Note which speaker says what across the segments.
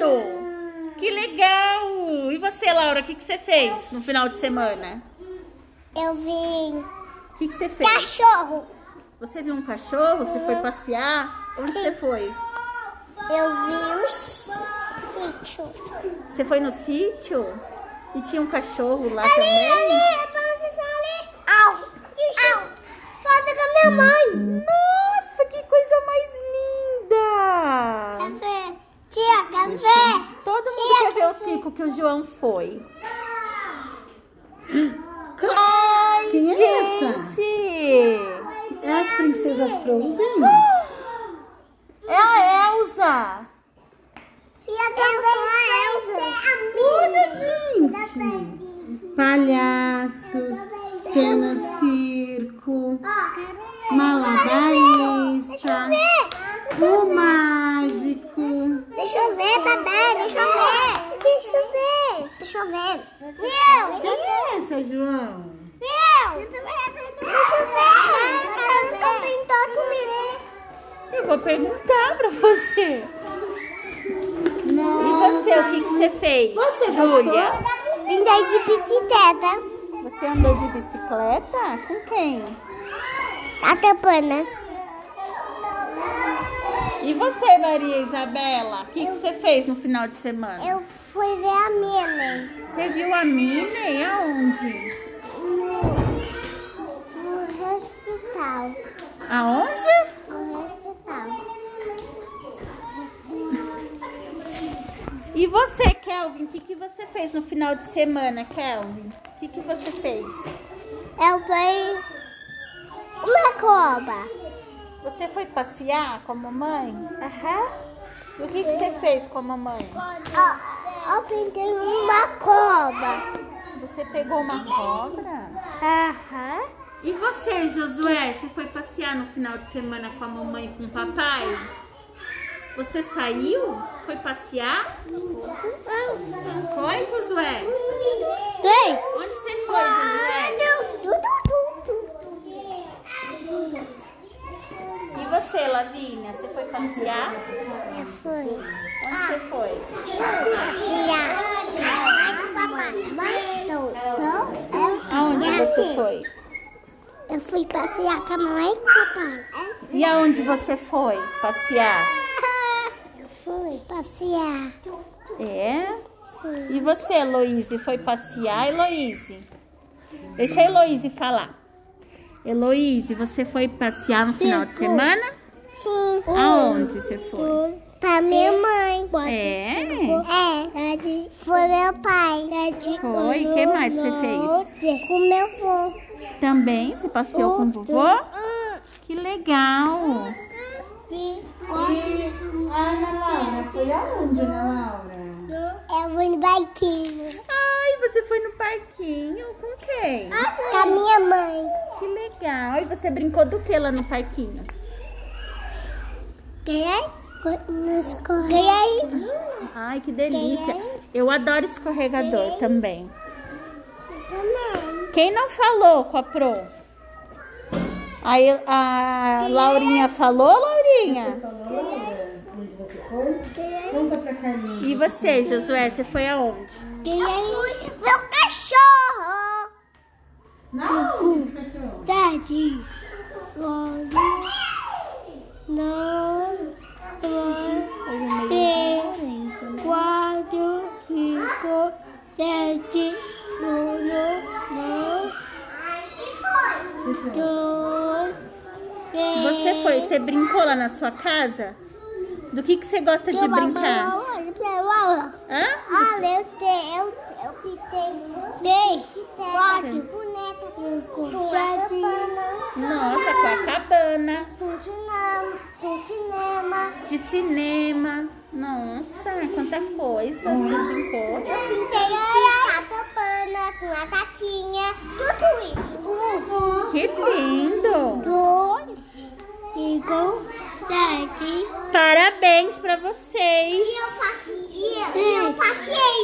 Speaker 1: lindo! Que legal! E você, Laura, o que, que você fez no final de semana?
Speaker 2: Eu vi
Speaker 1: O que, que você fez?
Speaker 2: cachorro.
Speaker 1: Você viu um cachorro? Você foi passear? Onde você foi?
Speaker 2: Eu vi o sítio.
Speaker 1: Você foi no sítio? E tinha um cachorro lá
Speaker 2: Ali,
Speaker 1: também?
Speaker 2: ali, é pra vocês ali. Au, au. Foto com a minha mãe.
Speaker 1: Nossa, que coisa mais linda!
Speaker 2: Café. Tia, café.
Speaker 1: Todo mundo
Speaker 2: Tia,
Speaker 1: quer ver o circo que o João foi. Ai,
Speaker 3: Quem
Speaker 1: gente!
Speaker 3: é É as princesas Frozen?
Speaker 1: É a Elsa!
Speaker 2: Tia, é café. Eu sou a
Speaker 3: Gente, palhaços, pequeno circo,
Speaker 2: Deixa
Speaker 3: malabarista,
Speaker 2: eu ver.
Speaker 3: o mágico.
Speaker 2: Deixa eu ver também. Deixa eu ver. Deixa eu ver. Deixa eu ver. Meu.
Speaker 3: Quem é essa, João?
Speaker 2: Meu. Deixa eu ver. Não pintou comigo.
Speaker 1: Eu vou perguntar pra você. E
Speaker 3: Nossa,
Speaker 1: você, o que, que você fez?
Speaker 3: Você gostou?
Speaker 1: Júlia?
Speaker 2: Andei de pititeta.
Speaker 1: Você andou de bicicleta? Com quem?
Speaker 2: A tapana.
Speaker 1: E você, Maria Isabela? O que, que você fez no final de semana?
Speaker 2: Eu fui ver a né? Minnie
Speaker 1: Você viu a Minnie? Aonde?
Speaker 2: no, no recital.
Speaker 1: Aonde?
Speaker 2: No recital.
Speaker 1: E você, Kelvin, o que, que você fez no final de semana, Kelvin? O que, que você fez?
Speaker 2: Eu fui É uma cobra.
Speaker 1: Você foi passear com a mamãe?
Speaker 2: Aham.
Speaker 1: E o que, que você fez com a mamãe?
Speaker 2: Eu, eu pintei uma cobra.
Speaker 1: Você pegou uma cobra?
Speaker 2: Aham.
Speaker 1: E você, Josué, você foi passear no final de semana com a mamãe e com o papai? Você saiu? Foi passear? Foi, Josué?
Speaker 2: Ei!
Speaker 1: Onde você foi, Josué? E você, Lavínia, você foi passear?
Speaker 2: Eu fui.
Speaker 1: Onde você foi? Aonde você foi?
Speaker 2: Eu fui passear com a mamãe e com o papai.
Speaker 1: E aonde você foi passear?
Speaker 2: Eu fui passear.
Speaker 1: É?
Speaker 2: Sim.
Speaker 1: E você, Heloíse, foi passear, Heloíse? Deixa a Heloíse falar. Heloíse, você foi passear no final de
Speaker 2: fui.
Speaker 1: semana?
Speaker 2: Sim.
Speaker 1: Aonde você foi?
Speaker 2: Pra minha mãe.
Speaker 1: É?
Speaker 2: É. Foi meu pai. É
Speaker 1: Foi, que mais você fez?
Speaker 2: Com meu vô.
Speaker 1: Também? Você passeou com o vovô? Que legal!
Speaker 3: Ah, Ana Laura, foi aonde, Ana Laura?
Speaker 2: Eu vou no É barquinho.
Speaker 1: Ai, você foi no parquinho com quem?
Speaker 2: Com a minha mãe.
Speaker 1: Que legal! E você brincou do que lá no parquinho?
Speaker 2: Ganhei? é? Nos é? correios.
Speaker 1: Ai, que delícia! Eu adoro escorregador também.
Speaker 2: Também.
Speaker 1: Quem não falou com a Pro? A, El- a Laurinha falou, Laurinha?
Speaker 3: Laura, onde você foi? é? Conta pra Carlinhos.
Speaker 1: E você, Josué, você foi aonde?
Speaker 2: Ganhei. é? Meu cachorro.
Speaker 3: Não, cachorro.
Speaker 2: Daddy. Logo. Não. Três. Quatro. Cinco. Sete. Oito. Nove. Dois. Três.
Speaker 1: Você foi, você brincou lá na sua casa? Do que, que você gosta de brincar? Hã?
Speaker 2: Olha, eu tenho, eu, eu pintei três, quatro bonecas com cabana,
Speaker 1: Nossa, com a cabana,
Speaker 2: com cinema, com cinema.
Speaker 1: de cinema. Nossa, quanta coisa você brincou.
Speaker 2: Eu pintei a catapana com a taquinha, tudo isso. Um,
Speaker 1: Que lindo!
Speaker 2: dois, cinco, sete.
Speaker 1: Parabéns pra vocês!
Speaker 2: E eu passei, eu passei.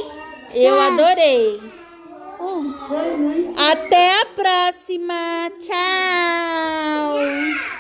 Speaker 1: Eu adorei!
Speaker 2: Um.
Speaker 3: Foi muito.
Speaker 1: Até a próxima! Tchau!